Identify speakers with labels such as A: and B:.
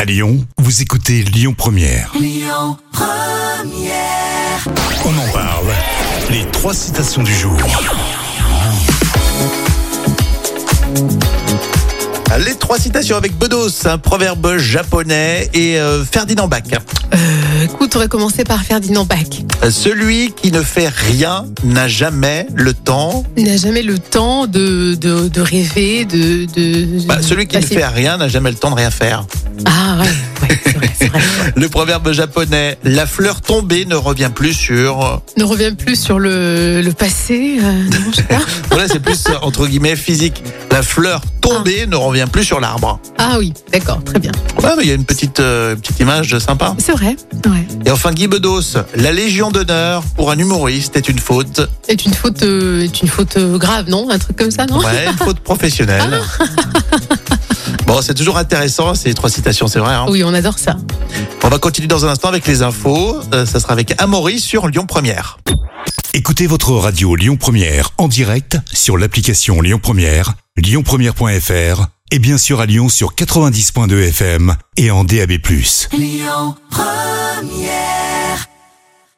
A: À Lyon, vous écoutez Lyon Première. On en parle. Les trois citations du jour.
B: Les trois citations avec Bedos, un proverbe japonais et euh, Ferdinand Bach.
C: Écoute, on va commencer par Ferdinand Bach.
B: Celui qui ne fait rien n'a jamais le temps.
C: Il n'a jamais le temps de, de, de rêver, de. de
B: Bah, celui qui ne
C: passer-
B: fait rien n'a jamais le temps de rien faire.
C: Ah ouais, ouais, c'est vrai, c'est vrai.
B: Le proverbe japonais, la fleur tombée ne revient plus sur... euh,
C: Ne reviens plus sur le, le passé. euh, non, je sais pas.
B: Voilà, c'est plus euh, entre guillemets physique. La fleur tombée ne revient plus sur l'arbre.
C: Ah oui, d'accord, très bien.
B: Ouais, mais il y a une petite, euh, petite image sympa.
C: C'est vrai, c'est vrai.
B: Et enfin, Guy Bedos, la Légion d'honneur pour un humoriste est une faute.
C: C'est une faute, euh, est une faute euh, grave, non Un truc comme ça, non
B: Ouais, une faute professionnelle. Bon, c'est toujours intéressant, ces trois citations, c'est vrai. hein.
C: Oui, on adore ça.
B: On va continuer dans un instant avec les infos. Euh, ça sera avec Amaury sur Lyon Première.
A: Écoutez votre radio Lyon Première en direct sur l'application Lyon Première, lyonpremière.fr et bien sûr à Lyon sur 90.2 FM et en DAB+.
D: Lyon Première